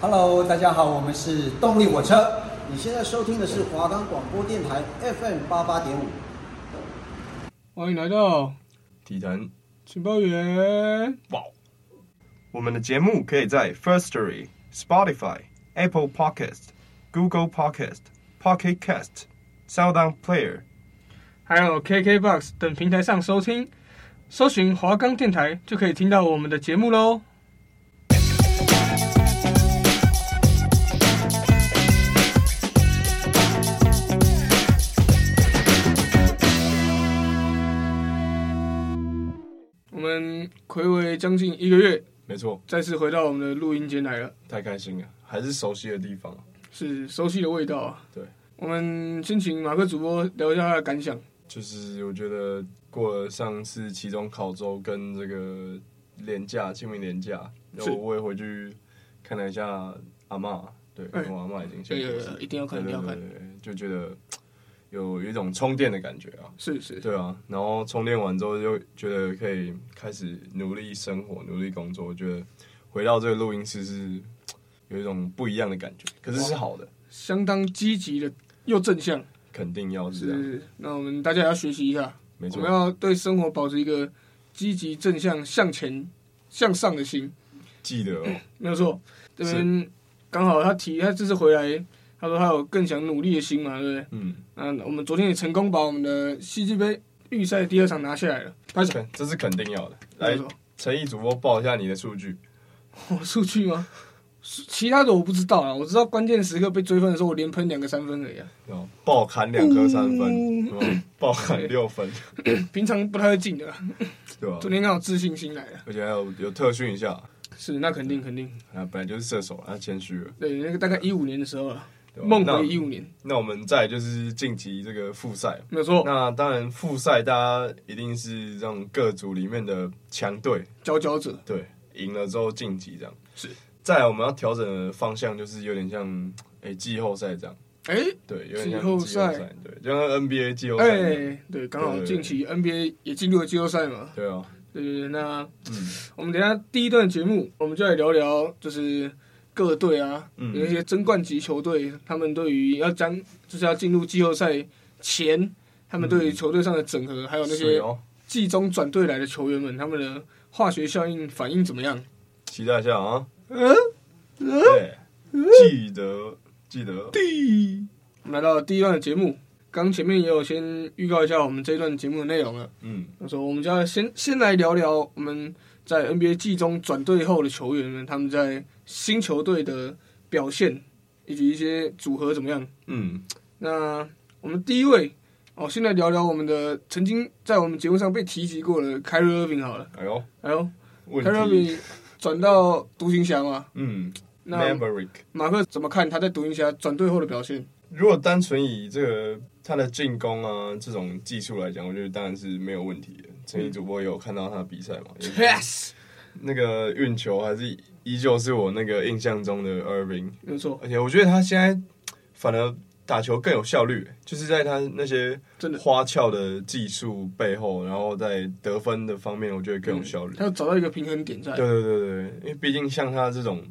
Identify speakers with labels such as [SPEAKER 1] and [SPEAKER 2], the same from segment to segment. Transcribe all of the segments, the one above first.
[SPEAKER 1] Hello，大家好，我们是动力火车。
[SPEAKER 2] 你现在收听的是华冈广播电台 FM 八八点五。
[SPEAKER 3] 欢迎来到
[SPEAKER 4] 体坛
[SPEAKER 3] 情报员。
[SPEAKER 4] 哇！哦我们的节目可以在 Firstory、Spotify、Apple Podcast、Google Podcast、Pocket Cast、Sound On Player
[SPEAKER 3] 还有 KKBox 等平台上收听，搜寻华冈电台就可以听到我们的节目喽。我们暌违将近一个月，
[SPEAKER 4] 没错，
[SPEAKER 3] 再次回到我们的录音间来了，
[SPEAKER 4] 太开心了，还是熟悉的地方。
[SPEAKER 3] 是熟悉的味道啊。
[SPEAKER 4] 对，
[SPEAKER 3] 我们先请马克主播聊一下他的感想。
[SPEAKER 4] 就是我觉得过了上次期中考周跟这个年假，清明年假，然
[SPEAKER 3] 是
[SPEAKER 4] 后我也回去看了一下阿嬷，对，
[SPEAKER 3] 哎
[SPEAKER 4] 因为我阿嬷已经
[SPEAKER 3] 对
[SPEAKER 4] 先
[SPEAKER 3] 对
[SPEAKER 4] 过世
[SPEAKER 3] 对，一定要看，
[SPEAKER 4] 对
[SPEAKER 3] 一定
[SPEAKER 4] 对
[SPEAKER 3] 要
[SPEAKER 4] 对
[SPEAKER 3] 看。
[SPEAKER 4] 对，就觉得有有一种充电的感觉啊。
[SPEAKER 3] 是是，
[SPEAKER 4] 对啊，然后充电完之后就觉得可以开始努力生活、努力工作。我觉得回到这个录音室是有一种不一样的感觉，可是是好的，
[SPEAKER 3] 相当积极的，又正向。
[SPEAKER 4] 肯定要
[SPEAKER 3] 是
[SPEAKER 4] 是
[SPEAKER 3] 是
[SPEAKER 4] 这样，
[SPEAKER 3] 是，那我们大家也要学习一下，
[SPEAKER 4] 没
[SPEAKER 3] 我
[SPEAKER 4] 错
[SPEAKER 3] 们。要对生活保持一个积极、正向、向前、向上的心。
[SPEAKER 4] 记得 哦，
[SPEAKER 3] 没有错，这边刚好他提他这次回来，他说他有更想努力的心嘛，对不对？
[SPEAKER 4] 嗯，
[SPEAKER 3] 那我们昨天也成功把我们的戏剧杯预赛第二场拿下来了，拍手。
[SPEAKER 4] 肯这是肯定要的。
[SPEAKER 3] 没有
[SPEAKER 4] 来，
[SPEAKER 3] 错，
[SPEAKER 4] 陈毅主播报一下你的数据，
[SPEAKER 3] 我数据吗？数其他的我不知道啊，我知道关键时刻被追分的时候，我连喷两个三分而已啊。
[SPEAKER 4] 然后爆砍两颗三分，
[SPEAKER 3] 嗯
[SPEAKER 4] 有没有爆砍六分，
[SPEAKER 3] 平常不太会进的啊，
[SPEAKER 4] 对吧、
[SPEAKER 3] 昨天刚好自信心来了。
[SPEAKER 4] 而且还有有特训一下，
[SPEAKER 3] 是，那肯定肯定，
[SPEAKER 4] 啊，本来就是射手，他谦虚了。
[SPEAKER 3] 对，那个大概一五年的时候啊，
[SPEAKER 4] 对吧
[SPEAKER 3] 梦
[SPEAKER 4] 那
[SPEAKER 3] 回一五年，
[SPEAKER 4] 那我们再来就是晋级这个复赛，
[SPEAKER 3] 没有错，
[SPEAKER 4] 那当然，复赛大家一定是这种各组里面的强队，
[SPEAKER 3] 佼佼者
[SPEAKER 4] 对，赢了之后晋级这样。
[SPEAKER 3] 是，
[SPEAKER 4] 再来我们要调整的方向就是有点像诶、季后赛这样，
[SPEAKER 3] 哎、
[SPEAKER 4] 对，有点像
[SPEAKER 3] 季后
[SPEAKER 4] 季后
[SPEAKER 3] 赛
[SPEAKER 4] 赛，对，就像 NBA 季后
[SPEAKER 3] 哎、
[SPEAKER 4] 赛一样。
[SPEAKER 3] 对，刚好近期 NBA 也进入了季后赛嘛。
[SPEAKER 4] 对啊，
[SPEAKER 3] 对对对，那
[SPEAKER 4] 嗯，
[SPEAKER 3] 我们等一下第一段节目，我们就来聊聊，就是各队啊，
[SPEAKER 4] 嗯
[SPEAKER 3] 有一些争冠级球队，他们对于要将就是要进入季后赛前，他们对于球队上的整合，还有那
[SPEAKER 4] 水
[SPEAKER 3] 些
[SPEAKER 4] 嗯哦，
[SPEAKER 3] 季中转队来的球员们，他们的化学效应反应怎么样？
[SPEAKER 4] 期待一下啊！
[SPEAKER 3] 嗯，
[SPEAKER 4] 对，记得记
[SPEAKER 3] 呃
[SPEAKER 4] 得，
[SPEAKER 3] 我 们来到第一段的节目，刚前面也有先预告一下我们这一段节目的内容了。
[SPEAKER 4] 嗯，
[SPEAKER 3] 那时候我们就要先先来聊聊我们在 NBA 季中转队后的球员们，他们在新球队的表现以及一些组合怎么样。
[SPEAKER 4] 嗯，
[SPEAKER 3] 那我们第一位哦，先来聊聊我们的曾经在我们节目上被提及过的凯瑞·厄平好了。
[SPEAKER 4] 哎呦，
[SPEAKER 3] 哎呦，
[SPEAKER 4] 问
[SPEAKER 3] 凯瑞·厄
[SPEAKER 4] 题，
[SPEAKER 3] 平转到独行侠嘛？
[SPEAKER 4] 嗯
[SPEAKER 3] 那
[SPEAKER 4] ，Maverick，
[SPEAKER 3] 马克怎么看他在独行侠转队后的表现？
[SPEAKER 4] 如果单纯以这个他的进攻啊这种技术来讲，我觉得当然是没有问题的。陈毅主播也有看到他的比赛嘛也是那个运球还是依旧是我那个印象中的 Irving，
[SPEAKER 3] 没有错，
[SPEAKER 4] 而且我觉得他现在反而打球更有效率，就是在他那些
[SPEAKER 3] 真的
[SPEAKER 4] 花俏的技术背后，然后在得分的方面，我觉得更有效率。
[SPEAKER 3] 嗯他要找到一个平衡点在。
[SPEAKER 4] 对对对对，因为毕竟像他这种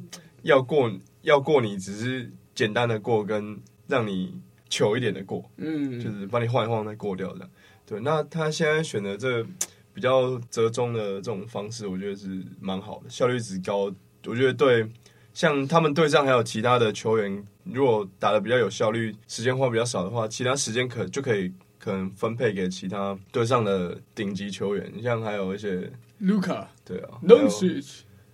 [SPEAKER 4] 要过要过你，只是简单的过跟让你球一点的过，
[SPEAKER 3] 嗯，
[SPEAKER 4] 就是帮你晃一晃再过掉的。对，那他现在选的这个比较折中的这种方式，我觉得是蛮好的，效率值高。我觉得对，像他们队上还有其他的球员，如果打的比较有效率，时间花比较少的话，其他时间可就可以可能分配给其他队上的顶级球员，像还有一些
[SPEAKER 3] 卢卡、
[SPEAKER 4] 对啊，
[SPEAKER 3] n o
[SPEAKER 4] 还
[SPEAKER 3] s
[SPEAKER 4] 有
[SPEAKER 3] i c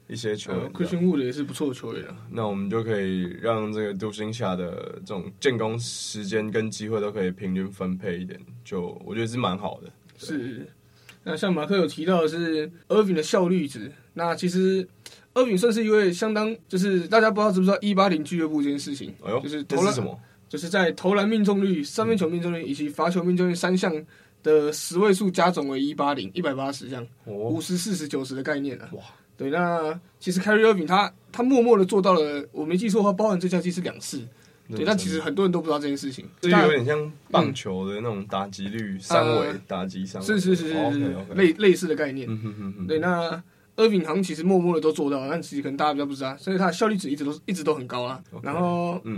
[SPEAKER 4] 一些球员这样
[SPEAKER 3] 哦 Christian Wood 也是不错的球员啊。
[SPEAKER 4] 那我们就可以让这个独行侠的这种进攻时间跟机会都可以平均分配一点，就我觉得是蛮好的。
[SPEAKER 3] 是，那像马克有提到的是 Irving 的效率值，那其实 Irving 算是一位相当，就是大家不知道知不知道一八零俱乐部这件事情，
[SPEAKER 4] 哎呦，
[SPEAKER 3] 就是
[SPEAKER 4] 这
[SPEAKER 3] 投篮
[SPEAKER 4] 是什么？
[SPEAKER 3] 就是在投篮命中率、三分球命中率以及罚球命中率三项的十位数加总为一八零、一百八十这样，五
[SPEAKER 4] 哦，
[SPEAKER 3] 十、四十、九十的概念啊。
[SPEAKER 4] 哇，
[SPEAKER 3] 对，那其实 Kyrie Irving 他他默默的做到了，我没记错的话，包含这赛季是两次。对，但其实很多人都不知道这件事情。
[SPEAKER 4] 这
[SPEAKER 3] 但嗯呃
[SPEAKER 4] 有点像棒球的那种打击率，三维打击三维，
[SPEAKER 3] 是是是是是
[SPEAKER 4] OK OK，
[SPEAKER 3] 类类似的概念。
[SPEAKER 4] 嗯哼哼哼，
[SPEAKER 3] 对，那阿平好像其实默默的都做到了，但其实可能大家比较不知道，所以他的效率值一直都是一直都很高啦。
[SPEAKER 4] OK
[SPEAKER 3] 然后
[SPEAKER 4] 嗯，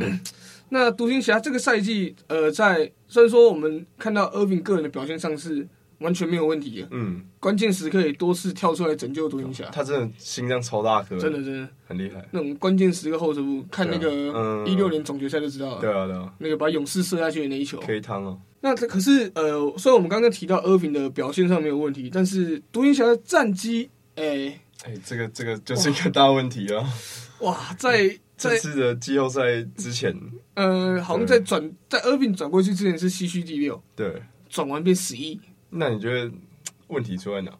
[SPEAKER 3] 那独行侠这个赛季，呃，在虽然说我们看到 Irving 个人的表现上是完全没有问题的，
[SPEAKER 4] 嗯，
[SPEAKER 3] 关键时刻也多次跳出来拯救独行侠，
[SPEAKER 4] 他真的心脏超大颗，
[SPEAKER 3] 啊真的真的
[SPEAKER 4] 很厉害。
[SPEAKER 3] 那种关键时刻后撤步，看那
[SPEAKER 4] 对啊
[SPEAKER 3] 个
[SPEAKER 4] 嗯
[SPEAKER 3] 一六年总决赛就知道了，
[SPEAKER 4] 对啊，对啊
[SPEAKER 3] 那个把勇士射下去的那一球。
[SPEAKER 4] ，K 汤哦，
[SPEAKER 3] 那这可是呃，虽然我们刚刚提到 Irving 的表现上没有问题，但是独行侠的战绩，哎、
[SPEAKER 4] 哎，这个这个就是一个大问 题啊。
[SPEAKER 3] 哇，在在
[SPEAKER 4] 这次的季后赛之前，
[SPEAKER 3] 呃，好像在转在 Irving 转过去之前是西区第六，
[SPEAKER 4] 对，
[SPEAKER 3] 转完变十一。
[SPEAKER 4] 那你觉得问题出在哪？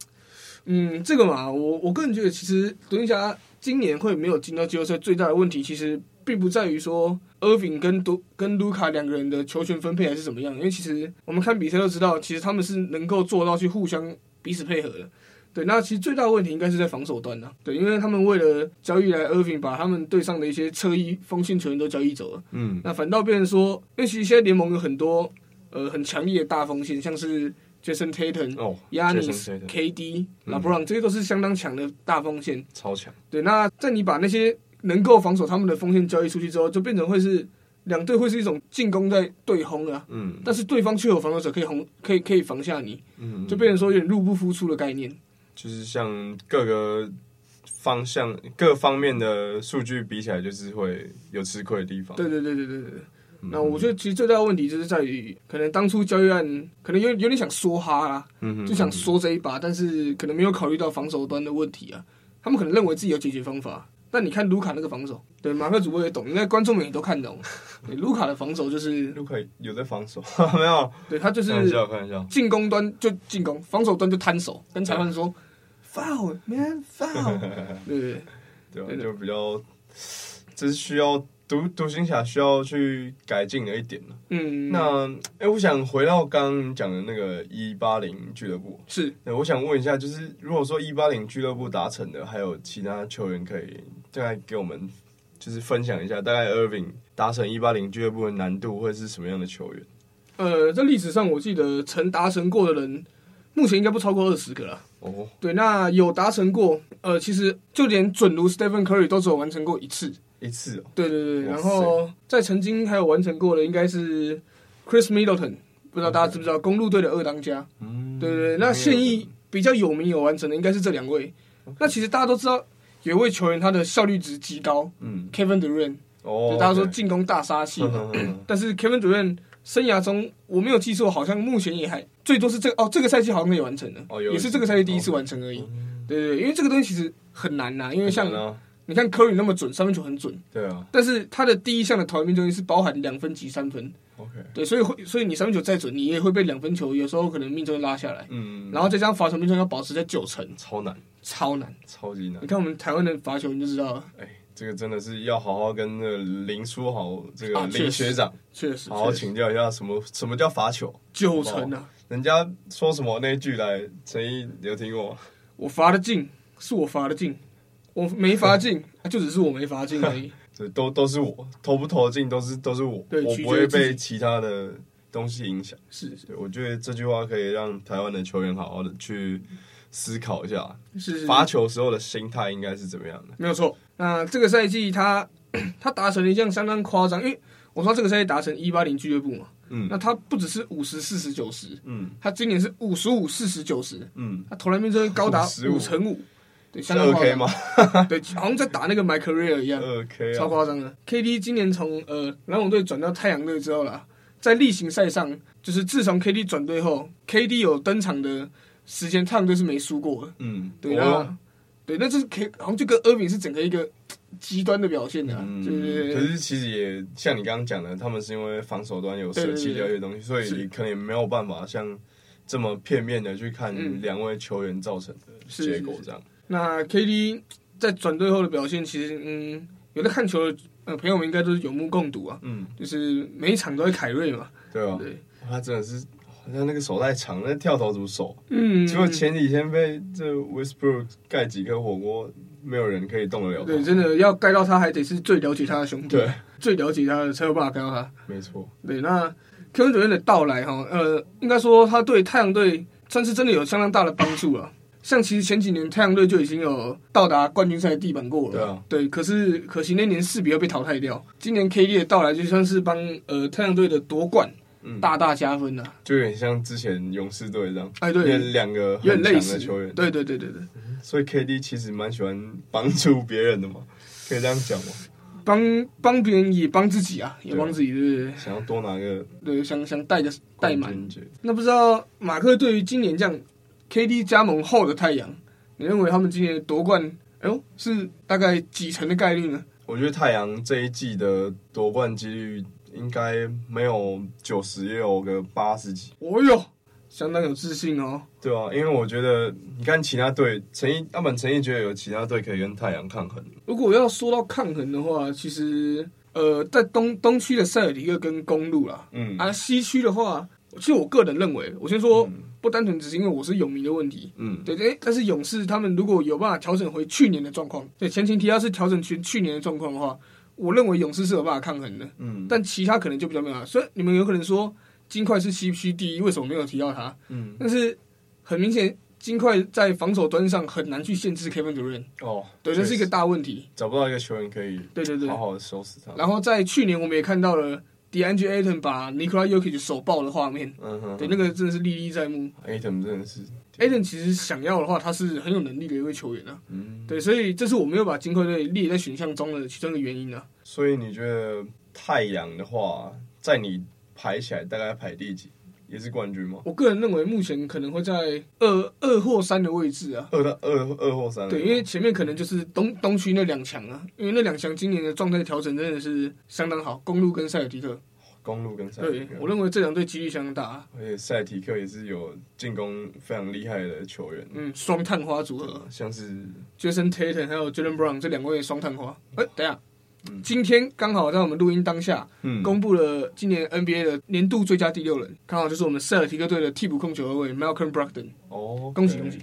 [SPEAKER 3] 嗯，这个嘛，我我个人觉得，其实独行侠今年会没有进到季后赛，最大的问题其实并不在于说 Irving 跟独跟卢卡两个人的球权分配还是怎么样，因为其实我们看比赛都知道，其实他们是能够做到去互相彼此配合的。对，那其实最大的问题应该是在防守端呢、对，因为他们为了交易来 Irving，把他们队上的一些侧翼锋线球员都交易走了，
[SPEAKER 4] 嗯，
[SPEAKER 3] 那反倒变成说，因为其实现在联盟有很多呃很强力的大锋线，像是 Jason Tatum、
[SPEAKER 4] 哦
[SPEAKER 3] Yanis、
[SPEAKER 4] Jason Tatum
[SPEAKER 3] KD、
[SPEAKER 4] 嗯
[SPEAKER 3] LeBron，这些都是相当强的大锋线。
[SPEAKER 4] 超强，
[SPEAKER 3] 对，那在你把那些能够防守他们的锋线交易出去之后，就变成会是两队会是一种进攻在对轰了啊、
[SPEAKER 4] 嗯
[SPEAKER 3] 但是对方却有防守者可以轰，可以可以防下你，
[SPEAKER 4] 嗯，
[SPEAKER 3] 就变成说有点入不敷出的概念。
[SPEAKER 4] 就是像各个方向、各方面的数据比起来，就是会有吃亏的地方。
[SPEAKER 3] 对对对对对对。
[SPEAKER 4] 嗯，
[SPEAKER 3] 那我觉得其实最大的问题就是在于，可能当初交易案可能有有点想梭哈啊啦、
[SPEAKER 4] 嗯
[SPEAKER 3] 就想说这一把，但是可能没有考虑到防守端的问题啊。他们可能认为自己有解决方法，但你看卢卡那个防守，对马克主播也懂，应该观众们也都看懂。对卢卡的防守就是，
[SPEAKER 4] 卢卡有在防 守，没有？
[SPEAKER 3] 对他就
[SPEAKER 4] 开玩
[SPEAKER 3] 是
[SPEAKER 4] 笑，开玩笑。
[SPEAKER 3] 进攻端就进攻，防守端就摊手，跟裁判
[SPEAKER 4] 嗯
[SPEAKER 3] 说 foul man foul，对对对
[SPEAKER 4] 对啊
[SPEAKER 3] 对，的
[SPEAKER 4] 就比较，这是需要独独行侠需要去改进的一点了。
[SPEAKER 3] 嗯，
[SPEAKER 4] 那哎、我想回到刚刚讲的那个一八零俱乐部，
[SPEAKER 3] 是
[SPEAKER 4] 对，我想问一下，就是如果说一八零俱乐部达成的，还有其他球员可以大概给我们就是分享一下，大概 Irving 达成一八零俱乐部的难度会是什么样的球员？
[SPEAKER 3] 呃，在历史上我记得曾达成过的人，目前应该不超过二十个了。
[SPEAKER 4] 哦，
[SPEAKER 3] 对，那有达成过，呃，其实就连准如 Stephen Curry 都只有完成过一次。
[SPEAKER 4] 一次哦，
[SPEAKER 3] 对对对，
[SPEAKER 4] 哇
[SPEAKER 3] 然
[SPEAKER 4] 塞
[SPEAKER 3] 后在曾经还有完成过的应该是 Chris Middleton，不知道大家知不知道公路队的二当家。
[SPEAKER 4] 嗯，
[SPEAKER 3] 对对对，那现役比较有名有完成的应该是这两位。那其实大家都知道，有一位球员他的效率值极高
[SPEAKER 4] 嗯，
[SPEAKER 3] ，Kevin Durant，
[SPEAKER 4] 哦
[SPEAKER 3] 就，大家说
[SPEAKER 4] OK
[SPEAKER 3] 进攻大杀器嘛。
[SPEAKER 4] 嗯嗯嗯
[SPEAKER 3] 但是 Kevin Durant 生涯中，我没有记错，好像目前也还最多是这个哦，这个赛季好像也完成了，
[SPEAKER 4] 哦有哦
[SPEAKER 3] 也是这个赛季第一次完成而已。对对，对因为这个东西其实很难呐、因为像
[SPEAKER 4] 嗯很难啊
[SPEAKER 3] 你看科 u 那么准，三分球很准，
[SPEAKER 4] 对啊
[SPEAKER 3] 但是他的第一项的投篮命中率是包含两分及三分，
[SPEAKER 4] ，OK，
[SPEAKER 3] 对，所以会所以你三分球再准，你也会被两分球有时候可能命中率拉下来，
[SPEAKER 4] 嗯，
[SPEAKER 3] 然后再加上罚球命中率要保持在九成，
[SPEAKER 4] 超难，
[SPEAKER 3] 超难。
[SPEAKER 4] 超级难
[SPEAKER 3] 你，看我们台湾的罚球你就知道了，
[SPEAKER 4] 哎，这个真的是要好好跟那个林书豪这个
[SPEAKER 3] 啊确
[SPEAKER 4] 林
[SPEAKER 3] 实
[SPEAKER 4] 学长
[SPEAKER 3] 确实，
[SPEAKER 4] 好好
[SPEAKER 3] 确实
[SPEAKER 4] 请教一下，什么什么叫罚球？
[SPEAKER 3] 九成啊，
[SPEAKER 4] 人家说什么那一句来，陈毅你有听过吗？
[SPEAKER 3] 我罚的进，是我罚的进，我没罚 进，啊就只是我没罚进而已。
[SPEAKER 4] 对，都都是我投不投得进都是都是我，
[SPEAKER 3] 对
[SPEAKER 4] 我
[SPEAKER 3] 取
[SPEAKER 4] 不
[SPEAKER 3] 决于
[SPEAKER 4] 会
[SPEAKER 3] 自己
[SPEAKER 4] 被其他的东西影响。
[SPEAKER 3] 是
[SPEAKER 4] 对，我觉得这句话可以让台湾的球员好好的去思考一下，
[SPEAKER 3] 是是，
[SPEAKER 4] 罚球时候的心态应该是怎么样的。
[SPEAKER 3] 没有错。那这个赛季 他他达成了一项相当夸张，因为我说这个赛季达成一八零俱乐部嘛，
[SPEAKER 4] 嗯
[SPEAKER 3] 那他不只是五十四十九十，
[SPEAKER 4] 嗯
[SPEAKER 3] 他今年是五十五四十九十，
[SPEAKER 4] 嗯，
[SPEAKER 3] 他投篮命中率高达
[SPEAKER 4] 55
[SPEAKER 3] 五成五，对，
[SPEAKER 4] 是
[SPEAKER 3] 相当夸
[SPEAKER 4] OK
[SPEAKER 3] 张
[SPEAKER 4] 吗？
[SPEAKER 3] 对，好像在打那个 My Career 一样，
[SPEAKER 4] ？OK
[SPEAKER 3] 超
[SPEAKER 4] 啊，
[SPEAKER 3] 夸张的。KD 今年从呃篮网队转到太阳队之后啦，在例行赛上，就是自从 KD 转队后，KD 有登场的时间，太阳队是没输过的。
[SPEAKER 4] 嗯，
[SPEAKER 3] 对，
[SPEAKER 4] 我
[SPEAKER 3] 那对，那就是 K 好像就跟 i r v i n 是整个一个极端的表现的、啊，
[SPEAKER 4] 嗯，
[SPEAKER 3] 对对
[SPEAKER 4] 可
[SPEAKER 3] 对。
[SPEAKER 4] 是其实也像你刚刚讲的，他们是因为防守端有舍弃
[SPEAKER 3] 对对对
[SPEAKER 4] 掉一些东西，所以
[SPEAKER 3] 是
[SPEAKER 4] 你可能也没有办法像这么片面的去看
[SPEAKER 3] 嗯
[SPEAKER 4] 两位球员造成的
[SPEAKER 3] 是
[SPEAKER 4] 结
[SPEAKER 3] 是
[SPEAKER 4] 果
[SPEAKER 3] 是
[SPEAKER 4] 这样。
[SPEAKER 3] 那 KD 在转队后的表现，其实嗯，有在看球的呃朋友们应该都是有目共睹啊，
[SPEAKER 4] 嗯，
[SPEAKER 3] 就是每一场都会凯瑞嘛，
[SPEAKER 4] 对啊，
[SPEAKER 3] 对，
[SPEAKER 4] 哇他真的是。哇他那个手太长，那跳投怎么守？
[SPEAKER 3] 嗯，
[SPEAKER 4] 结果前几天被这 Westbrook 盖几颗火锅，没有人可以动得了
[SPEAKER 3] 对，
[SPEAKER 4] 他。
[SPEAKER 3] 真的要盖到他，还得是最了解他的兄弟，
[SPEAKER 4] 对，
[SPEAKER 3] 最了解他的才有办法盖到他。
[SPEAKER 4] 没错，
[SPEAKER 3] 对，那 Kevin d u r 的到来哈，呃，应该说他对太阳队算是真的有相当大的帮助啊。像其实前几年太阳队就已经有到达冠军赛的地板过了，
[SPEAKER 4] 对啊
[SPEAKER 3] 可是可惜那年四比二被淘汰掉。今年 KD 的到来就算是帮呃太阳队的夺冠
[SPEAKER 4] 嗯
[SPEAKER 3] 大大加分啊了、
[SPEAKER 4] 就有点像之前勇士队这样，
[SPEAKER 3] 哎对
[SPEAKER 4] 有点两个
[SPEAKER 3] 有点
[SPEAKER 4] 很强
[SPEAKER 3] 类
[SPEAKER 4] 的
[SPEAKER 3] 似
[SPEAKER 4] 球员，，
[SPEAKER 3] 对对对对对，
[SPEAKER 4] 所以 KD 其实蛮喜欢帮助别人的嘛，可以这样讲嘛，
[SPEAKER 3] 帮帮别人也帮自己啊，也
[SPEAKER 4] 对啊
[SPEAKER 3] 帮自己，对对对
[SPEAKER 4] 想要多拿个
[SPEAKER 3] 对，想想带个带满
[SPEAKER 4] 冠。军节
[SPEAKER 3] 那不知道马克对于今年这样 KD 加盟后的太阳，你认为他们今年夺冠，哎呦，是大概几成的概率呢？
[SPEAKER 4] 我觉得太阳这一季的夺冠几率应该没有九十，也有个八十几，
[SPEAKER 3] 哦哟，相当有自信哦。
[SPEAKER 4] 对啊，因为我觉得你看其他队，陈毅，要不然陈毅觉得有其他队可以跟太阳抗衡，
[SPEAKER 3] 如果要说到抗衡的话，其实呃，在东东区的塞尔迪克跟公路啦，
[SPEAKER 4] 嗯
[SPEAKER 3] 啊，西区的话，其实我个人认为，我先说不单纯只是因为我是勇迷的问题。
[SPEAKER 4] 嗯，
[SPEAKER 3] 对，哎，但是勇士他们如果有办法调整回去年的状况，对，前情提要是调整去去年的状况的话，我认为勇士是有办法抗衡的。
[SPEAKER 4] 嗯，
[SPEAKER 3] 但其他可能就比较没有了。所以你们有可能说金块是西区第一，为什么没有提到他？
[SPEAKER 4] 嗯
[SPEAKER 3] 但是很明显，金块在防守端上很难去限制 Kevin Durant，
[SPEAKER 4] 哦，
[SPEAKER 3] 对，这是一个
[SPEAKER 4] 确实
[SPEAKER 3] 大问题。
[SPEAKER 4] 找不到一个球员可以
[SPEAKER 3] 对对对
[SPEAKER 4] 好。好的收拾他，
[SPEAKER 3] 然后在去年我们也看到了 DeAndre Ayton 把 Nikola Jokic 手爆的画面，
[SPEAKER 4] 嗯哼，
[SPEAKER 3] 对，那个真的是历历在目。
[SPEAKER 4] Atom 真的是，
[SPEAKER 3] Ayton 其实想要的话，他是很有能力的一位球员啊。
[SPEAKER 4] 嗯，
[SPEAKER 3] 对，所以这是我没有把金块队列在选项中的其中一个原因啊。
[SPEAKER 4] 所以你觉得太阳的话，在你排起来大概排第几？也是冠军吗？
[SPEAKER 3] 我个人认为目前可能会在二二或三的位置啊。
[SPEAKER 4] 二到二二或三而已？
[SPEAKER 3] 对，因为前面可能就是东东区那两强啊，因为那两强今年的状态调整真的是相当好，公路跟塞尔提克。
[SPEAKER 4] 公路跟塞尔提
[SPEAKER 3] 对，我
[SPEAKER 4] 克，
[SPEAKER 3] 认为这两队几率相当大啊、
[SPEAKER 4] 而且塞尔提克也是有进攻非常厉害的球员，呃
[SPEAKER 3] 嗯，双探花组合
[SPEAKER 4] 像是
[SPEAKER 3] ，Jason Tatum 还有 Jalen Brown 这两位双探花。哎、等一下
[SPEAKER 4] 嗯。
[SPEAKER 3] 今天刚好在我们录音当下，
[SPEAKER 4] 嗯
[SPEAKER 3] 公布了今年 NBA 的年度最佳第六人，刚好就是我们塞尔提克队的替补控球后卫 Malcolm Brogdon，
[SPEAKER 4] 哦，
[SPEAKER 3] 恭喜恭喜，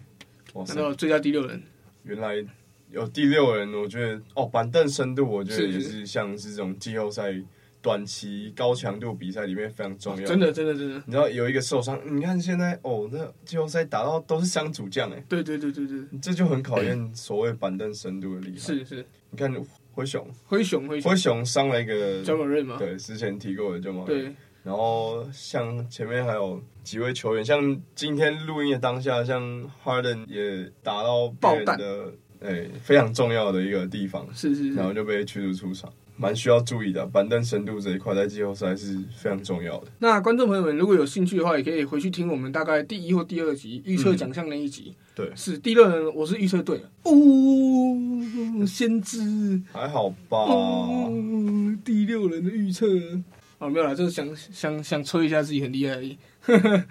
[SPEAKER 4] 哇
[SPEAKER 3] 拿
[SPEAKER 4] 塞，
[SPEAKER 3] 到最佳第六人。
[SPEAKER 4] 原来有第六人，我觉得哦，板凳深度，我觉得
[SPEAKER 3] 是
[SPEAKER 4] 也
[SPEAKER 3] 是
[SPEAKER 4] 是像是这种季后赛短期高强度比赛里面非常重要。
[SPEAKER 3] 哦真，的真的真的，
[SPEAKER 4] 你知道有一个受伤，你看现在哦，那季后赛打到都是伤主将哎，
[SPEAKER 3] 对对对对对，
[SPEAKER 4] 这就很 考验所谓板凳深度的厉害。，
[SPEAKER 3] 是是，
[SPEAKER 4] 你看灰熊，
[SPEAKER 3] 灰熊灰熊
[SPEAKER 4] 灰熊伤了一个，
[SPEAKER 3] j a m a r 嘛，
[SPEAKER 4] 对，之前提过的就嘛，
[SPEAKER 3] 对，
[SPEAKER 4] 然后像前面还有几位球员，像今天录音的当下，像 Harden 也打到别人
[SPEAKER 3] 爆
[SPEAKER 4] 的哎、非常重要的一个地方，
[SPEAKER 3] 是是是
[SPEAKER 4] 然。后就被驱逐出场，蛮需要注意的。板凳深度这一块在季后赛是非常重要的。
[SPEAKER 3] 那观众朋友们，如果有兴趣的话，也可以回去听我们大概第一或第二集预测奖项那一集。
[SPEAKER 4] 对
[SPEAKER 3] 是第六人，我是预测对了。哦，先知
[SPEAKER 4] 还好吧，
[SPEAKER 3] 哦，第六人的预测。哦，没有啦，就是想想想吹一下自己很厉害而已。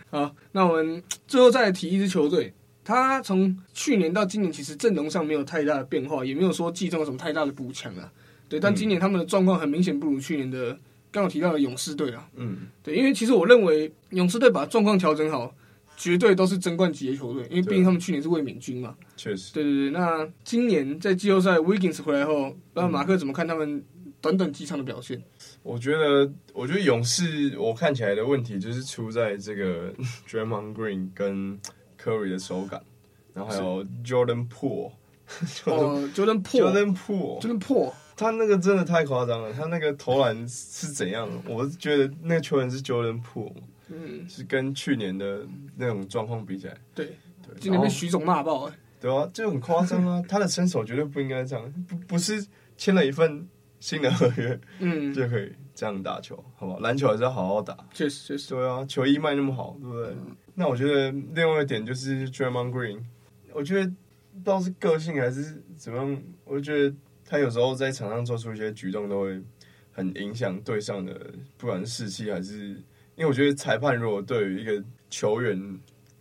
[SPEAKER 3] 好，那我们最后再提一支球队，他从去年到今年其实阵容上没有太大的变化，也没有说季中有什么太大的补强啊。对，但今年他们的状况很明显不如去年的刚好提到的勇士队啊。
[SPEAKER 4] 嗯，
[SPEAKER 3] 对，因为其实我认为勇士队把状况调整好，绝对都是争冠级的球队，因为毕竟他们去年是卫冕军嘛。
[SPEAKER 4] 确实，
[SPEAKER 3] 对对对，那今年在季后赛 Wiggins 回来后，那马克怎么看他们短短几场的表现？
[SPEAKER 4] 我觉得，我觉得勇士我看起来的问题就是出在这个 Draymond Green 跟 Curry 的手感，然后还有 Jordan Poole。
[SPEAKER 3] 哦，就能破，
[SPEAKER 4] Jordan Poole，
[SPEAKER 3] 就能破，
[SPEAKER 4] 他那个真的太夸张了，他那个投篮是怎样？我是觉得那个球员是 Jordan Poole，
[SPEAKER 3] 嗯，
[SPEAKER 4] 是跟去年的那种状况比起来，
[SPEAKER 3] 对，
[SPEAKER 4] 对，
[SPEAKER 3] 今年被
[SPEAKER 4] 然后
[SPEAKER 3] 徐总骂爆、哎，
[SPEAKER 4] 对啊，就很夸张啊！他的身手绝对不应该这样，不不是签了一份新的合约
[SPEAKER 3] 嗯，
[SPEAKER 4] 就可以这样打球，好吧？篮球还是要好好打，
[SPEAKER 3] 确实确实，
[SPEAKER 4] 对啊，球衣卖那么好，对不对？那我觉得另外一个点就是 Draymond Green，我觉得不知道是个性还是怎么样，我觉得他有时候在场上做出一些举动都会很影响对上的，不管是士气还是，因为我觉得裁判如果对于一个球员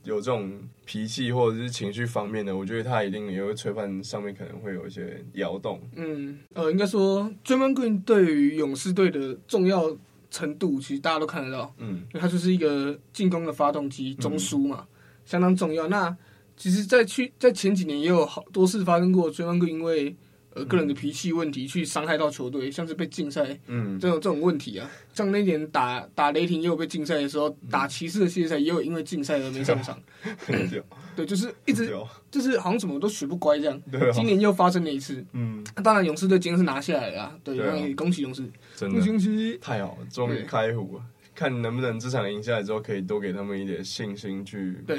[SPEAKER 4] 有这种脾气或者是情绪方面的，我觉得他一定也会吹判上面可能会有一些摇动，
[SPEAKER 3] 嗯，呃，应该说 d r a m o n Green 对于勇士队的重要程度，其实大家都看得到。
[SPEAKER 4] 嗯，
[SPEAKER 3] 因为它就是一个进攻的发动机，中枢嘛，相当重要。那其实，在去在前几年也有好多次发生过追梦哥因为呃个人的脾气问题去伤害到球队，像是被禁赛
[SPEAKER 4] 嗯，
[SPEAKER 3] 这种这种问题啊。像那年打打雷霆也有被禁赛的时候，打骑士的系列赛也有因为禁赛而没上 场。
[SPEAKER 4] 很屌，
[SPEAKER 3] 对，就是一
[SPEAKER 4] 很
[SPEAKER 3] 直
[SPEAKER 4] 屌，
[SPEAKER 3] 就是好像怎么都学不乖这样。
[SPEAKER 4] 啊对啊
[SPEAKER 3] 今年又发生了一次。
[SPEAKER 4] 嗯，
[SPEAKER 3] 那当然，勇士队今天是拿下来了啊，对，
[SPEAKER 4] 对啊
[SPEAKER 3] 那也恭喜勇士，
[SPEAKER 4] 真
[SPEAKER 3] 恭
[SPEAKER 4] 的
[SPEAKER 3] 喜恭喜。
[SPEAKER 4] 太好了，终于
[SPEAKER 3] 对
[SPEAKER 4] 开胡了，看能不能这场赢下来之后，可以多给他们一点信心去
[SPEAKER 3] 对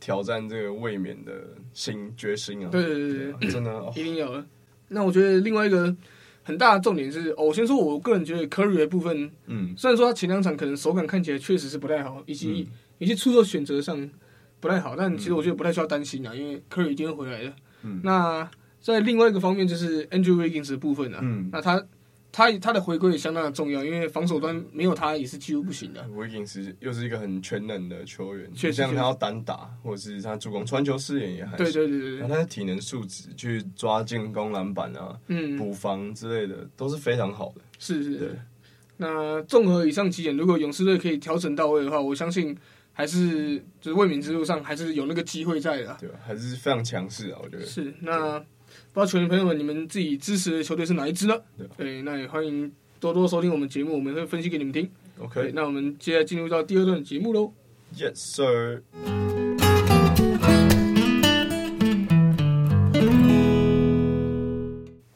[SPEAKER 4] 挑战这个卫冕的心决心啊！
[SPEAKER 3] 对对对对
[SPEAKER 4] 啊，真的哦
[SPEAKER 3] 一定有的。那我觉得另外一个很大的重点是，哦我先说我个人觉得 Curry 的部分，
[SPEAKER 4] 嗯，
[SPEAKER 3] 虽然说他前两场可能手感看起来确实是不太好，以及、以及出手选择上不太好，但其实我觉得不太需要担心啊，因为 Curry 一定会回来的。
[SPEAKER 4] 嗯
[SPEAKER 3] 那在另外一个方面就是 Andrew Wiggins 的部分啊，
[SPEAKER 4] 嗯
[SPEAKER 3] 那他他他的回归也相当的重要，因为防守端没有他也是几乎不行的。
[SPEAKER 4] 维金斯又是一个很全能的球员，
[SPEAKER 3] 确实
[SPEAKER 4] 像
[SPEAKER 3] 确
[SPEAKER 4] 他
[SPEAKER 3] 实
[SPEAKER 4] 要单打或者是他助攻、传球、视野也还
[SPEAKER 3] 对
[SPEAKER 4] 行。
[SPEAKER 3] 对对对
[SPEAKER 4] 然
[SPEAKER 3] 对，
[SPEAKER 4] 后他的体能素质去抓进攻篮板啊、
[SPEAKER 3] 嗯，
[SPEAKER 4] 补防之类的都是非常好的。
[SPEAKER 3] 是是
[SPEAKER 4] 对
[SPEAKER 3] 是。那综合以上几点，如果勇士队可以调整到位的话，我相信还是就是卫冕之路上还是有那个机会在的啊。
[SPEAKER 4] 对吧？还是非常强势啊，我觉得。
[SPEAKER 3] 是，那不知道球迷朋友们，你们自己支持的球队是哪一支呢？
[SPEAKER 4] 对
[SPEAKER 3] 对，那也欢迎多多收听我们节目，我们会分析给你们听。对，
[SPEAKER 4] OK，Yes、
[SPEAKER 3] 那我们接下来进入到第二段节目喽。
[SPEAKER 4] sir。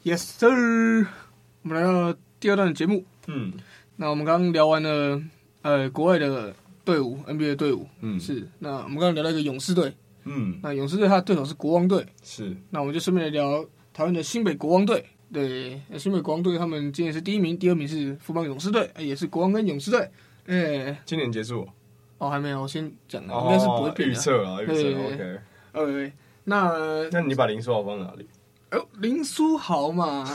[SPEAKER 3] Yes sir，我们来到第二段节目。
[SPEAKER 4] 嗯
[SPEAKER 3] 那我们刚刚聊完了，呃，国外的队伍，NBA 的队伍
[SPEAKER 4] 嗯
[SPEAKER 3] 是。那我们刚刚聊到一个勇士队，
[SPEAKER 4] 嗯
[SPEAKER 3] 那勇士队他的对手是国王队。
[SPEAKER 4] 是
[SPEAKER 3] 那我们就顺便来聊台湾的新北国王队。对，呃新北国王队他们今年是第一名，第二名是富邦勇士队，呃也是国王跟勇士队。哎、
[SPEAKER 4] 今年结束，
[SPEAKER 3] 哦，还没有，我先讲了，应该是不会
[SPEAKER 4] 哦
[SPEAKER 3] 变
[SPEAKER 4] 预
[SPEAKER 3] 的。
[SPEAKER 4] 测啊，预
[SPEAKER 3] 对
[SPEAKER 4] 测
[SPEAKER 3] 对对
[SPEAKER 4] OK。
[SPEAKER 3] 呃、那
[SPEAKER 4] 那你把林书豪放哪里？
[SPEAKER 3] 哎呦林书豪 嘛，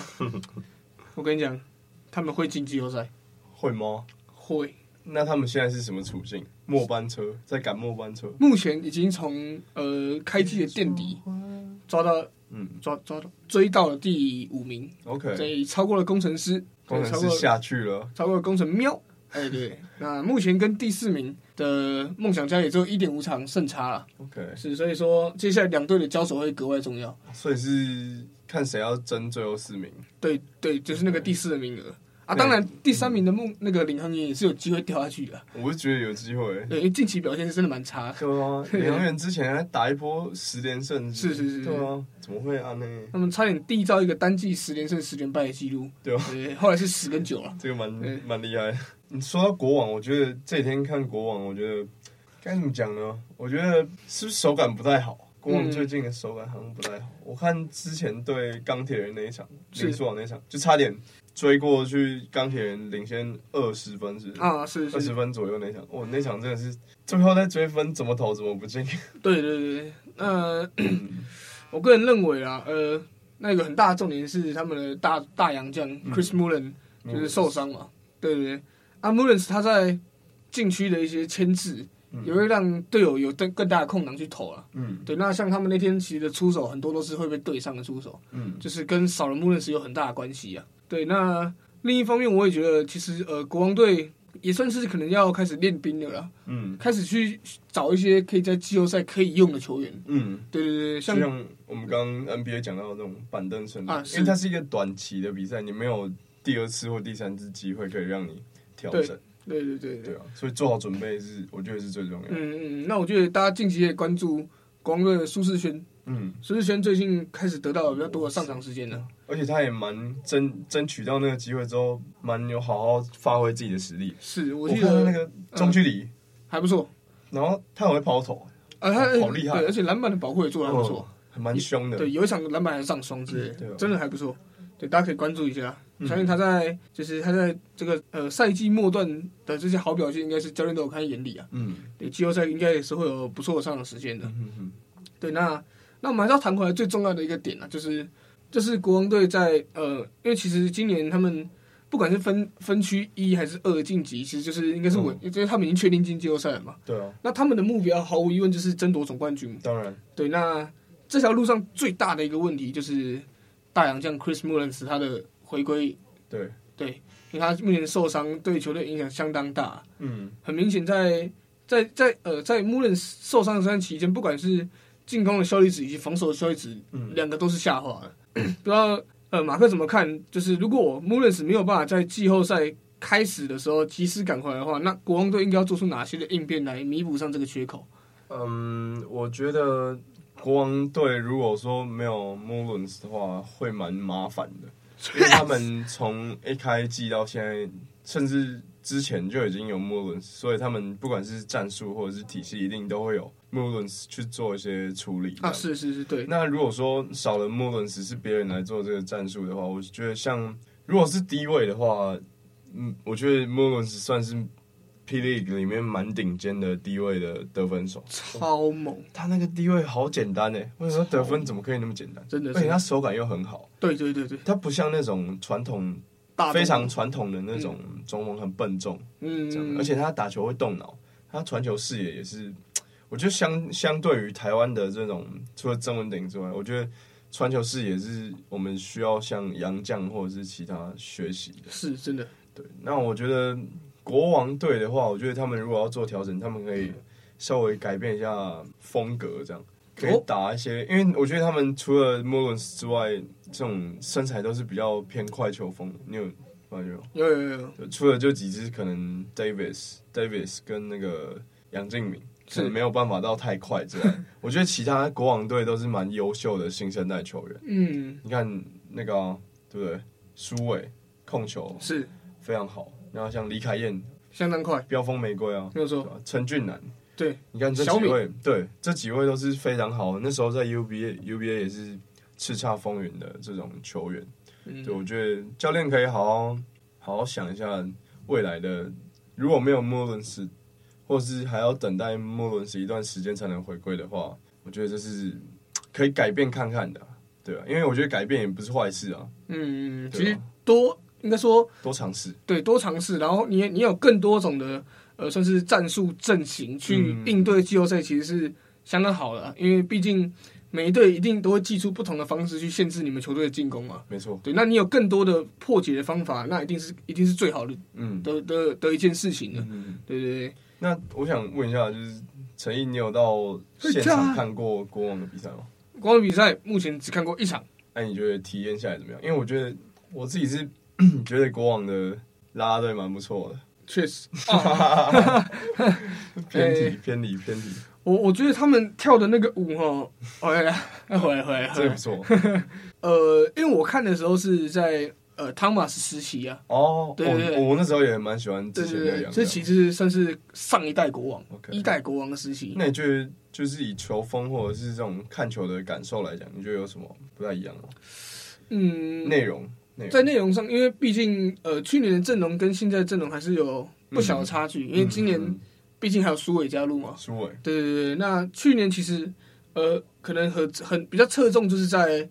[SPEAKER 3] 我跟你讲，他们会进季后赛，
[SPEAKER 4] 会吗？
[SPEAKER 3] 会。
[SPEAKER 4] 那他们现在是什么处境？末班车在赶末班车，
[SPEAKER 3] 目前已经从呃开季的垫底抓到
[SPEAKER 4] 嗯
[SPEAKER 3] 抓抓到追到了第五名，所
[SPEAKER 4] ，OK，
[SPEAKER 3] 以超过了工程师，
[SPEAKER 4] 工程
[SPEAKER 3] 对
[SPEAKER 4] 师
[SPEAKER 3] 超过
[SPEAKER 4] 下去了，
[SPEAKER 3] 超过工程喵。哎，对， 那目前跟第四名的梦想家也只有一点五场胜差了，
[SPEAKER 4] OK，
[SPEAKER 3] 是所以说接下来两队的交手会格外重要。
[SPEAKER 4] 所以是看谁要争最后四名。
[SPEAKER 3] 对对，就是那个第四的名额啊。
[SPEAKER 4] 对
[SPEAKER 3] 当然，第三名的梦那个领航员也是有机会掉下去的，
[SPEAKER 4] 我是觉得有机会，
[SPEAKER 3] 对，因为近期表现是真的蛮差的。
[SPEAKER 4] 对啊，
[SPEAKER 3] 对
[SPEAKER 4] 杨远之前还打一波十连胜，
[SPEAKER 3] 是是是
[SPEAKER 4] 对啊，怎么会啊呢？
[SPEAKER 3] 他们差点缔造一个单季十连胜十连败的记录，
[SPEAKER 4] 对啊，
[SPEAKER 3] 对，后来是十跟九了。
[SPEAKER 4] 这个蛮
[SPEAKER 3] 对
[SPEAKER 4] 蛮厉害的。你说到国王，我觉得这几天看国王，我觉得该怎么讲呢？我觉得是不是手感不太好？国王
[SPEAKER 3] 嗯
[SPEAKER 4] 最近的手感好像不太好。我看之前对钢铁人那一场，
[SPEAKER 3] 是
[SPEAKER 4] 林书豪那一场，就差点追过去，钢铁人领先二十分是
[SPEAKER 3] 啊，是
[SPEAKER 4] 二
[SPEAKER 3] 是，
[SPEAKER 4] 十分左右那场。哇，那场真的是最后在追分，怎么投怎么不进。
[SPEAKER 3] 对对对对，呃，我个人认为啊，呃，那个很大的重点是他们的大大洋将
[SPEAKER 4] 嗯
[SPEAKER 3] Chris Mullin 就是受伤嘛，对对对，啊 Mullin 他在禁区的一些牵制，也会让队友有更更大的空档去投啊。
[SPEAKER 4] 嗯
[SPEAKER 3] 对，那像他们那天其实的出手很多都是会被对上的出手，
[SPEAKER 4] 嗯
[SPEAKER 3] 就是跟少了穆伦斯有很大的关系啊。对，那另一方面我也觉得，其实呃，国王队也算是可能要开始练兵了啦，
[SPEAKER 4] 嗯
[SPEAKER 3] 开始去找一些可以在季后赛可以用的球员。
[SPEAKER 4] 嗯，
[SPEAKER 3] 对对对，
[SPEAKER 4] 就
[SPEAKER 3] 像
[SPEAKER 4] 像我们刚刚 NBA 讲到的那种板凳胜利，
[SPEAKER 3] 啊
[SPEAKER 4] 因
[SPEAKER 3] 是
[SPEAKER 4] 为它是一个短期的比赛，你没有第二次或第三次机会可以让你调整，
[SPEAKER 3] 对对对
[SPEAKER 4] 对
[SPEAKER 3] 对，
[SPEAKER 4] 啊，所以做好准备是我觉得是最重要的。
[SPEAKER 3] 嗯嗯，那我觉得大家近期也关注国王队的舒适圈，
[SPEAKER 4] 嗯，
[SPEAKER 3] 舒适圈最近开始得到比较多的上场时间了。
[SPEAKER 4] 而且他也蛮争争取到那个机会之后，蛮有好好发挥自己的实力。
[SPEAKER 3] 是我
[SPEAKER 4] 我
[SPEAKER 3] 记
[SPEAKER 4] 看到那
[SPEAKER 3] 得嗯
[SPEAKER 4] 个中距离，
[SPEAKER 3] 还不错，
[SPEAKER 4] 然后他很会抛投，
[SPEAKER 3] 啊，他
[SPEAKER 4] 哦好厉害哦
[SPEAKER 3] 对，而且篮板的保护也做得还不错。
[SPEAKER 4] 还蛮凶的。
[SPEAKER 3] 对，有一场篮板还上双之类的
[SPEAKER 4] 嗯对啊
[SPEAKER 3] 真的还不错。对，大家可以关注一下。相信他在就是他在这个呃赛季末段的这些好表现，应该是教练都有看在眼里啊。
[SPEAKER 4] 嗯，
[SPEAKER 3] 对，季后赛应该也是会有不错的上场时间的。
[SPEAKER 4] 嗯嗯嗯
[SPEAKER 3] 对，那那我们还是要谈回来最重要的一个点啊，就是就是国王队在呃，因为其实今年他们不管是分分区一还是二晋级，其实就是应该是稳，就是他们已经确定进季后赛了嘛。
[SPEAKER 4] 对啊，
[SPEAKER 3] 那他们的目标毫无疑问就是争夺总冠军嘛。
[SPEAKER 4] 当然，
[SPEAKER 3] 对，那这条路上最大的一个问题就是大洋将 Chris Mullins 他的回归，
[SPEAKER 4] 对，
[SPEAKER 3] 对，因为他目前受伤对球队影响相当大，
[SPEAKER 4] 嗯
[SPEAKER 3] 很明显在在在呃在 Mullins 受伤的这段期间，不管是进攻的效率值以及防守的效率值，
[SPEAKER 4] 嗯
[SPEAKER 3] 两个都是下滑的。不知道呃，马克怎么看？就是如果穆伦斯没有办法在季后赛开始的时候及时赶回来的话，那国王队应该要做出哪些的应变来弥补上这个缺口？
[SPEAKER 4] 嗯，我觉得国王队如果说没有 Mullins 的话，会蛮麻烦的，因为他们从一开季到现在，甚至之前就已经有 Mullins，所以他们不管是战术或者是体系，一定都会有 Mullins 去做一些处理。
[SPEAKER 3] 啊，是是是，对，
[SPEAKER 4] 那如果说少了 Mullins 是别人来做这个战术的话，我觉得像如果是低位的话，嗯，我觉得 Mullins 算是 P League 里面蛮顶尖的低位的得分手。
[SPEAKER 3] 超猛，
[SPEAKER 4] 他那个低位好简单哎，为什么得分怎么可以那么简单？
[SPEAKER 3] 真的是
[SPEAKER 4] 而且他手感又很好，
[SPEAKER 3] 对对对对，
[SPEAKER 4] 他不像那种传统
[SPEAKER 3] 大
[SPEAKER 4] 非常传统的那种中锋很笨重这样，
[SPEAKER 3] 嗯，
[SPEAKER 4] 而且他打球会动脑，他传球视野也是，我觉得相相对于台湾的这种除了曾文鼎之外，我觉得传球视野是我们需要向杨绛或者是其他学习的。
[SPEAKER 3] 是真的，
[SPEAKER 4] 对，那我觉得国王队的话，我觉得他们如果要做调整，他们可以稍微改变一下风格，这样可以打一些，因为我觉得他们除了 Mullins 之外，这种身材都是比较偏快球风的。你有发觉吗？
[SPEAKER 3] 有有有有，
[SPEAKER 4] 就除了就几支可能 Davis、Davis 跟那个杨敬敏。可能没有办法到太快之外，我觉得其他国王队都是蛮优秀的新生代球员。
[SPEAKER 3] 嗯，
[SPEAKER 4] 你看那个啊、对不对？苏伟控球
[SPEAKER 3] 是
[SPEAKER 4] 非常好，然后像李凯燕
[SPEAKER 3] 相当快，
[SPEAKER 4] 飙风玫瑰啊，
[SPEAKER 3] 没有
[SPEAKER 4] 对
[SPEAKER 3] 错，
[SPEAKER 4] 吧陈俊南，
[SPEAKER 3] 对，
[SPEAKER 4] 你看这
[SPEAKER 3] 小
[SPEAKER 4] 几
[SPEAKER 3] 米
[SPEAKER 4] 位，对，这几位都是非常好。那时候在 UBA UBA 也是叱咤风云的这种球员，
[SPEAKER 3] 嗯
[SPEAKER 4] 对，我觉得教练可以好好好好想一下未来的，如果没有莫伦斯，或是还要等待莫伦斯一段时间才能回归的话，我觉得这是可以改变看看的啊，对啊，因为我觉得改变也不是坏事啊，
[SPEAKER 3] 嗯，其
[SPEAKER 4] 对
[SPEAKER 3] 实
[SPEAKER 4] 啊
[SPEAKER 3] 多应该说
[SPEAKER 4] 多尝试。
[SPEAKER 3] 对，多尝试，然后你你有更多种的呃，算是战术阵型去
[SPEAKER 4] 嗯
[SPEAKER 3] 应对季后赛，其实是相当好的啊、因为毕竟每一队一定都会祭出不同的方式去限制你们球队的进攻嘛。
[SPEAKER 4] 没错，
[SPEAKER 3] 对，那你有更多的破解的方法，那一定是一定是最好的
[SPEAKER 4] 嗯，
[SPEAKER 3] 的的的一件事情了。
[SPEAKER 4] 嗯
[SPEAKER 3] 对对
[SPEAKER 4] 那我想问一下，就是陈毅，你有到现场看过国王的比赛吗？
[SPEAKER 3] 对，光比赛目前只看过一场，
[SPEAKER 4] 那、你觉得体验下来怎么样？因为我觉得我自己是 觉得国王的啦啦队蛮不错的，
[SPEAKER 3] 确实，啊、
[SPEAKER 4] 偏
[SPEAKER 3] 哎
[SPEAKER 4] 题偏离偏离，
[SPEAKER 3] 我我觉得他们跳的那个舞哦，回来了回来回来回
[SPEAKER 4] 这个
[SPEAKER 3] 来
[SPEAKER 4] 不，错
[SPEAKER 3] 呃，因为我看的时候是在呃汤马斯实习啊，
[SPEAKER 4] 哦。
[SPEAKER 3] 对对对
[SPEAKER 4] 我我那时候也蛮喜欢
[SPEAKER 3] 对
[SPEAKER 4] 之前
[SPEAKER 3] 对
[SPEAKER 4] 那个
[SPEAKER 3] 对，
[SPEAKER 4] 样
[SPEAKER 3] 这其
[SPEAKER 4] 子。
[SPEAKER 3] 实算是上一代国王
[SPEAKER 4] OK
[SPEAKER 3] 一代国王的时期。
[SPEAKER 4] 那你觉得就是以球风或者是这种看球的感受来讲，你觉得有什么不太一样吗？
[SPEAKER 3] 嗯，
[SPEAKER 4] 内容内容
[SPEAKER 3] 在内容上，因为毕竟呃去年的阵容跟现在的阵容还是有不小的差距，因为今
[SPEAKER 4] 嗯嗯
[SPEAKER 3] 年
[SPEAKER 4] 嗯
[SPEAKER 3] 毕竟还有苏伟加入嘛。
[SPEAKER 4] 苏伟
[SPEAKER 3] 对对对，那去年其实呃可能很很比较侧重就是在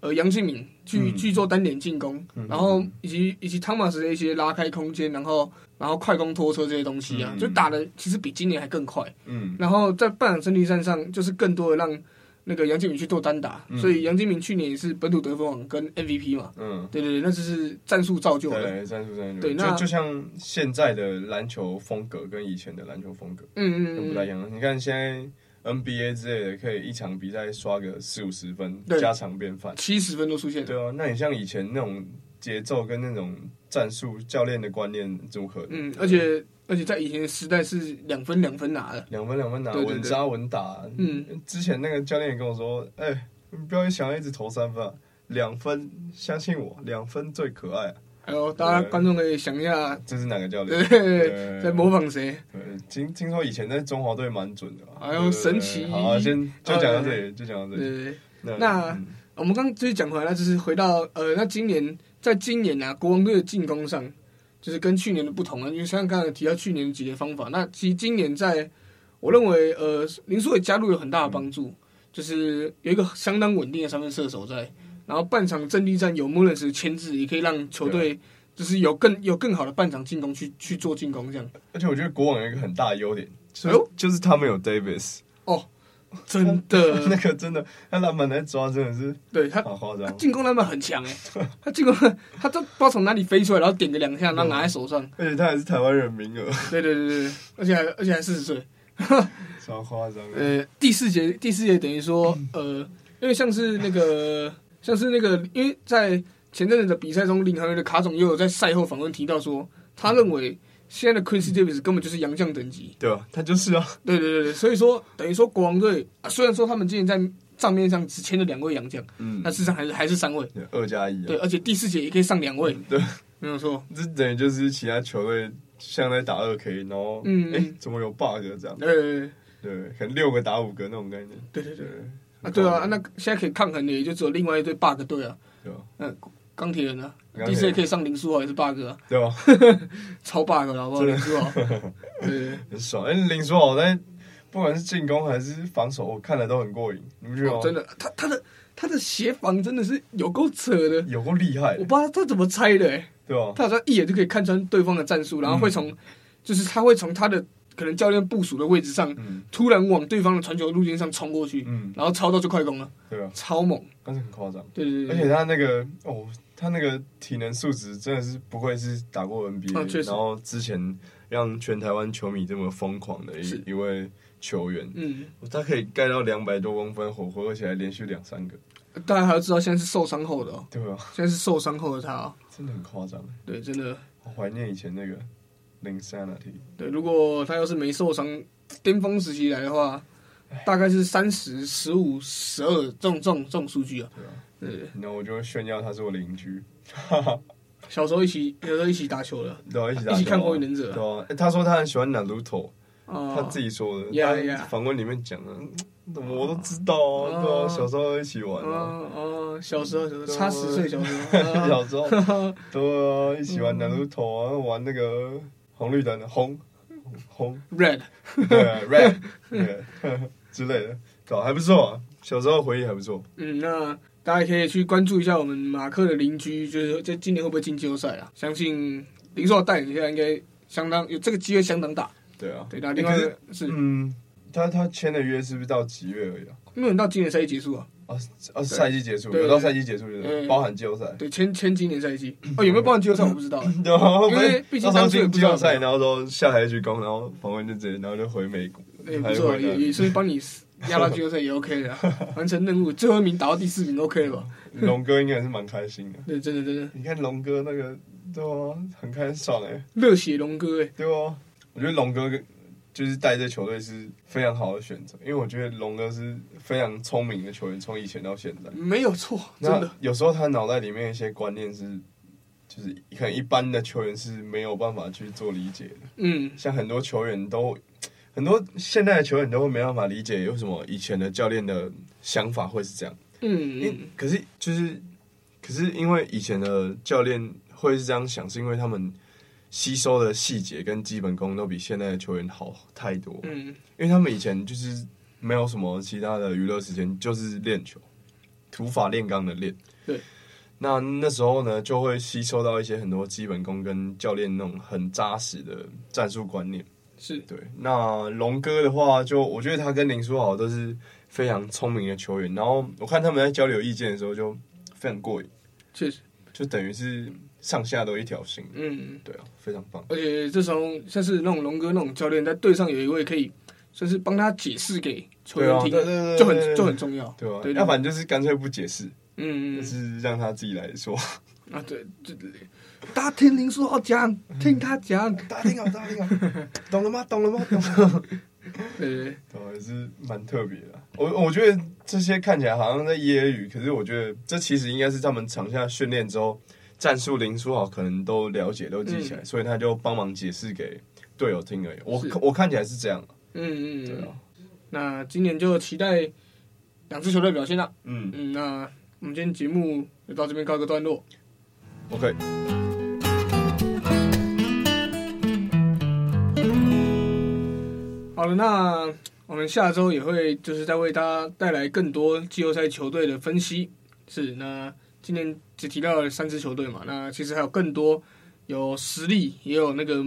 [SPEAKER 3] 呃杨敬敏去
[SPEAKER 4] 嗯
[SPEAKER 3] 去做单点进攻，
[SPEAKER 4] 嗯
[SPEAKER 3] 然后以及以及汤马斯的一些拉开空间，然后然后快攻拖车这些东西啊，
[SPEAKER 4] 嗯
[SPEAKER 3] 就打的其实比今年还更快。
[SPEAKER 4] 嗯
[SPEAKER 3] 然后在半场阵地战上，就是更多的让那个杨敬敏去做单打，
[SPEAKER 4] 嗯
[SPEAKER 3] 所以杨敬敏去年也是本土得分王跟 MVP 嘛，
[SPEAKER 4] 嗯，
[SPEAKER 3] 对对对，那就是战术造就的，
[SPEAKER 4] 对，战术战术，
[SPEAKER 3] 对那
[SPEAKER 4] 就就像现在的篮球风格跟以前的篮球风格都
[SPEAKER 3] 嗯
[SPEAKER 4] 不
[SPEAKER 3] 嗯
[SPEAKER 4] 太
[SPEAKER 3] 嗯，
[SPEAKER 4] 一样。你看现在 NBA 之类的，可以一场比赛刷个四五十分，
[SPEAKER 3] 对
[SPEAKER 4] 家常便饭。
[SPEAKER 3] 七十分都出现了，
[SPEAKER 4] 对啊，那你像以前那种节奏跟那种战术教练的观念如何？
[SPEAKER 3] 嗯，而且而且在以前的时代是两分两分拿的，
[SPEAKER 4] 两分两分拿，
[SPEAKER 3] 对对对
[SPEAKER 4] 稳扎稳打。
[SPEAKER 3] 嗯，
[SPEAKER 4] 之前那个教练也跟我说，哎、你不要想要一直投三分、啊，两分，相信我，两分最可爱、啊。
[SPEAKER 3] 还有大家
[SPEAKER 4] 对
[SPEAKER 3] 哦观众可以想一下，
[SPEAKER 4] 这是哪个教练？
[SPEAKER 3] 对
[SPEAKER 4] 对
[SPEAKER 3] 在模仿谁？
[SPEAKER 4] 对，听听说以前在中华队蛮准的、啊，
[SPEAKER 3] 哎呦
[SPEAKER 4] 对
[SPEAKER 3] 神奇
[SPEAKER 4] 好，先就讲到这里，就讲到
[SPEAKER 3] 对
[SPEAKER 4] 这
[SPEAKER 3] 对
[SPEAKER 4] 里。
[SPEAKER 3] 对，
[SPEAKER 4] 那
[SPEAKER 3] 那
[SPEAKER 4] 嗯
[SPEAKER 3] 我们刚刚就是讲回来，那就是回到呃，那今年在今年啊，国王队的进攻上，就是跟去年的不同啊，因为像刚才有提到去年的几个方法，那其实今年在我认为呃，林书伟加入有很大的帮助，就是有一个相当稳定的三分射手在，然后半场阵地战有穆伦斯牵制，也可以让球队就是有更有更好的半场进攻去去做进攻这样。
[SPEAKER 4] 而且我觉得国王有一个很大的优点，就
[SPEAKER 3] 哎
[SPEAKER 4] 是、
[SPEAKER 3] 呦
[SPEAKER 4] 就是他们有 Davis，
[SPEAKER 3] 真
[SPEAKER 4] 那
[SPEAKER 3] 的，
[SPEAKER 4] 个真的，他篮板在抓真的是
[SPEAKER 3] 对他
[SPEAKER 4] 好夸张
[SPEAKER 3] 他，进攻篮板很强哎、 他进攻他都不知道从哪里飞出来，然后点个两下，然后拿在手上。
[SPEAKER 4] 而且他还是台湾人名额，
[SPEAKER 3] 对对对对，对而且还而且还四十岁。
[SPEAKER 4] 超夸张的。
[SPEAKER 3] 呃，第四节嗯第四节等于说，呃，因为像是那个像是那个，因为在前阵子的比赛中，领航员的卡总也有在赛后访问提到说，他认为现在的 Quincy Davis 根本就是洋将等级。
[SPEAKER 4] 对吧？他就是啊，
[SPEAKER 3] 对对对对，所以说等于说国王队、啊虽然说他们今年在账面上只签了两位洋将，
[SPEAKER 4] 嗯
[SPEAKER 3] 但，事实上还是还是三位。
[SPEAKER 4] 对二加一啊，
[SPEAKER 3] 对，而且第四节也可以上两位，
[SPEAKER 4] 对，
[SPEAKER 3] 没有错。
[SPEAKER 4] 这等于就是其他球队像在打二 K，然后
[SPEAKER 3] 嗯
[SPEAKER 4] 哎怎么有 bug 这样？
[SPEAKER 3] 对对对
[SPEAKER 4] 对，可能六个打五个那种概念。
[SPEAKER 3] 对对
[SPEAKER 4] 对
[SPEAKER 3] 对啊，对啊，那
[SPEAKER 4] 个
[SPEAKER 3] 现在可以抗衡的也就只有另外一队 bug 队啊，
[SPEAKER 4] 对吧？
[SPEAKER 3] 嗯，钢铁人啊，
[SPEAKER 4] 钢铁人
[SPEAKER 3] 第四节可以上林书豪也是 bug 啊，
[SPEAKER 4] 对吧？
[SPEAKER 3] 超啊 bug 了好不好？
[SPEAKER 4] 真的
[SPEAKER 3] 林书豪，对对 对
[SPEAKER 4] 很爽。哎，林书豪在不管是进攻还是防守，我看了都很过瘾，你不觉得吗
[SPEAKER 3] 哦？真的，他他的他的协防真的是有够扯的，
[SPEAKER 4] 有够厉害
[SPEAKER 3] 我
[SPEAKER 4] 的，
[SPEAKER 3] 不知道他怎么猜的、欸，
[SPEAKER 4] 对吧？
[SPEAKER 3] 他好像一眼就可以看穿对方的战术，然后会
[SPEAKER 4] 嗯
[SPEAKER 3] 从、就是他会从他的可能教练部署的位置上，
[SPEAKER 4] 嗯
[SPEAKER 3] 突然往对方的传球路径上冲过去，
[SPEAKER 4] 嗯，
[SPEAKER 3] 然后超到就快攻了，
[SPEAKER 4] 对吧？
[SPEAKER 3] 超猛，
[SPEAKER 4] 但是很夸张，
[SPEAKER 3] 对对对
[SPEAKER 4] 而
[SPEAKER 3] 对，
[SPEAKER 4] 且他那个哦，他那个体能素质真的是不愧是打过
[SPEAKER 3] 啊确
[SPEAKER 4] NBA，
[SPEAKER 3] 实
[SPEAKER 4] 然后之前让全台湾球迷这么疯狂的
[SPEAKER 3] 是
[SPEAKER 4] 一一位球员，
[SPEAKER 3] 嗯，
[SPEAKER 4] 他可以盖到两百多公分火锅，而且还连续两三个，
[SPEAKER 3] 大家还要知道现在是受伤后的哦，
[SPEAKER 4] 对吧？
[SPEAKER 3] 现在是受伤后的他、哦，
[SPEAKER 4] 真的很夸张，
[SPEAKER 3] 对，真的，
[SPEAKER 4] 我怀念以前那个零三那题，
[SPEAKER 3] 对，如果他要是没受伤，巅峰时期来的话，大概是三十、十五、十二这种这种这种数据啊，
[SPEAKER 4] 对吧？
[SPEAKER 3] 对对。对
[SPEAKER 4] 然后我就会炫耀他是我邻居，哈哈，
[SPEAKER 3] 小时候一起，有时候一起打球了，
[SPEAKER 4] 对啊，一起打球啊
[SPEAKER 3] 一起看火影忍者啊
[SPEAKER 4] 对啊，诶他说他很喜欢 Naruto，
[SPEAKER 3] 哦
[SPEAKER 4] 他自己说的，
[SPEAKER 3] Yeah, yeah
[SPEAKER 4] 他访问里面讲的，嗯我都知道啊，对啊，
[SPEAKER 3] 哦
[SPEAKER 4] 小时候一起玩啊。
[SPEAKER 3] 哦哦，小时候，小时候
[SPEAKER 4] 对啊
[SPEAKER 3] 差十岁，小时候，
[SPEAKER 4] 小时
[SPEAKER 3] 哦
[SPEAKER 4] 候，对啊，一起玩
[SPEAKER 3] 嗯
[SPEAKER 4] Naruto 啊，玩那个红绿灯的红 红
[SPEAKER 3] Red，
[SPEAKER 4] 对啊 red 对 啊之类的，对啊，还不错啊，小时候回忆还不错。
[SPEAKER 3] 嗯，那大家也可以去关注一下我们马克的邻居，就是在今年会不会进季后赛啊？相信林书豪带领下应该相当有这个机会，相当大。
[SPEAKER 4] 对啊，
[SPEAKER 3] 对，那
[SPEAKER 4] 欸
[SPEAKER 3] 另外
[SPEAKER 4] 可
[SPEAKER 3] 一
[SPEAKER 4] 是
[SPEAKER 3] 个是
[SPEAKER 4] 嗯，他他签的约是不是到几月而已啊？
[SPEAKER 3] 因为你到今年赛季结束啊，
[SPEAKER 4] 哦哦，赛季结束，
[SPEAKER 3] 对
[SPEAKER 4] 有到赛季结束就
[SPEAKER 3] 对
[SPEAKER 4] 是包含季后赛。
[SPEAKER 3] 对，签签今年赛 季哦，有没有包含季后赛我不知道欸，
[SPEAKER 4] 对啊，
[SPEAKER 3] 因为毕竟
[SPEAKER 4] 到时候
[SPEAKER 3] 当初也
[SPEAKER 4] 进
[SPEAKER 3] 不知
[SPEAKER 4] 季
[SPEAKER 3] 道
[SPEAKER 4] 后赛，然后说下海鞠躬，然后访问就直接，然后就回美国，
[SPEAKER 3] 也
[SPEAKER 4] 还
[SPEAKER 3] 不
[SPEAKER 4] 是
[SPEAKER 3] 错啊，
[SPEAKER 4] 回
[SPEAKER 3] 也
[SPEAKER 4] 来
[SPEAKER 3] 也是帮你压到季后赛也 OK 的啊，完成任务，最后一名打到第四名 OK 了吧？
[SPEAKER 4] 龙哥应该也是蛮开心的。
[SPEAKER 3] 对，真的真的
[SPEAKER 4] 你看龙哥那个，对啊，很开爽哎、
[SPEAKER 3] 热血龙哥哎。
[SPEAKER 4] 对啊，我觉得龙哥就是带这球队是非常好的选择，因为我觉得龙哥是非常聪明的球员，从以前到现在。
[SPEAKER 3] 没有错，真
[SPEAKER 4] 那
[SPEAKER 3] 的，
[SPEAKER 4] 有时候他脑袋里面一些观念是，就是可能一般的球员是没有办法去做理解的。
[SPEAKER 3] 嗯，
[SPEAKER 4] 像很多球员都，很多现在的球员都没办法理解为什么以前的教练的想法会是这样。
[SPEAKER 3] 嗯
[SPEAKER 4] 因可是就是，可是因为以前的教练会是这样想，是因为他们吸收的细节跟基本功都比现在的球员好太多。因
[SPEAKER 3] 嗯，
[SPEAKER 4] 为他们以前就是没有什么其他的娱乐时间，就是练球，土法炼钢的练。
[SPEAKER 3] 对。
[SPEAKER 4] 那那时候呢，就会吸收到一些很多基本功跟教练那种很扎实的战术观念。
[SPEAKER 3] 是，
[SPEAKER 4] 对，那龙哥的话就，我觉得他跟林书豪都是非常聪明的球员，然后我看他们在交流意见的时候就非常过瘾，
[SPEAKER 3] 确实，
[SPEAKER 4] 就等于是上下都一条心。
[SPEAKER 3] 嗯，
[SPEAKER 4] 对啊，非常棒。
[SPEAKER 3] 而且这时候像是那种龙哥那种教练，在队上有一位可以算是帮他解释给球员听
[SPEAKER 4] 对啊对对对，
[SPEAKER 3] 就
[SPEAKER 4] 对
[SPEAKER 3] 很
[SPEAKER 4] 对
[SPEAKER 3] 就很重要，
[SPEAKER 4] 对啊，
[SPEAKER 3] 对，
[SPEAKER 4] 要不然就是干脆不解释，
[SPEAKER 3] 嗯，
[SPEAKER 4] 就
[SPEAKER 3] 嗯
[SPEAKER 4] 是让他自己来 说。
[SPEAKER 3] 嗯啊，对，对对对，大家听林书豪讲，听他讲，
[SPEAKER 4] 大家听啊，大家听啊，懂了吗？懂了吗？懂了吗。
[SPEAKER 3] 对对，对
[SPEAKER 4] 对啊，也是蛮特别的啊。我我觉得这些看起来好像在揶揄，可是我觉得这其实应该是他们场下训练之后，战术林书豪可能都了解、都记起来，所以他就帮忙解释给队友听而已。我
[SPEAKER 3] 嗯是
[SPEAKER 4] 我看起来是这样啊，
[SPEAKER 3] 嗯
[SPEAKER 4] 对
[SPEAKER 3] 嗯，
[SPEAKER 4] 啊，
[SPEAKER 3] 那今年就期待两支球队表现了，
[SPEAKER 4] 嗯
[SPEAKER 3] 嗯，那我们今天节目就到这边告一个段落。
[SPEAKER 4] ，OK，
[SPEAKER 3] 好了，那我们下周也会就是再为大家带来更多季后赛球队的分析。是，那今天只提到了三支球队嘛，那其实还有更多有实力也有那个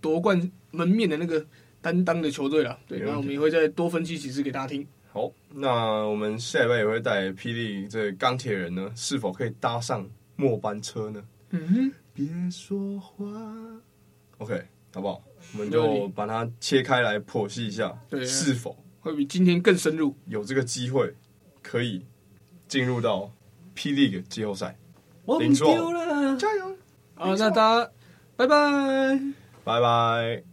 [SPEAKER 3] 夺冠门面的那个担当的球队了。对，
[SPEAKER 4] 没问题
[SPEAKER 3] 那我们也会再多分析几支给大家听。
[SPEAKER 4] 好，那我们下礼拜也会带霹雳这钢铁人呢，是否可以搭上末班车呢？
[SPEAKER 3] 嗯
[SPEAKER 4] 别说话，OK，好不好？我们
[SPEAKER 3] 没问
[SPEAKER 4] 就
[SPEAKER 3] 题
[SPEAKER 4] 把它切开来剖析一下，
[SPEAKER 3] 对啊
[SPEAKER 4] 是否
[SPEAKER 3] 会比今天更深入。
[SPEAKER 4] 有这个机会可以进入到 P League 季后赛。
[SPEAKER 3] 我
[SPEAKER 4] 零
[SPEAKER 3] 们
[SPEAKER 4] 错
[SPEAKER 3] 丢了。
[SPEAKER 4] 加油，
[SPEAKER 3] 好，那大家拜拜。
[SPEAKER 4] 拜拜。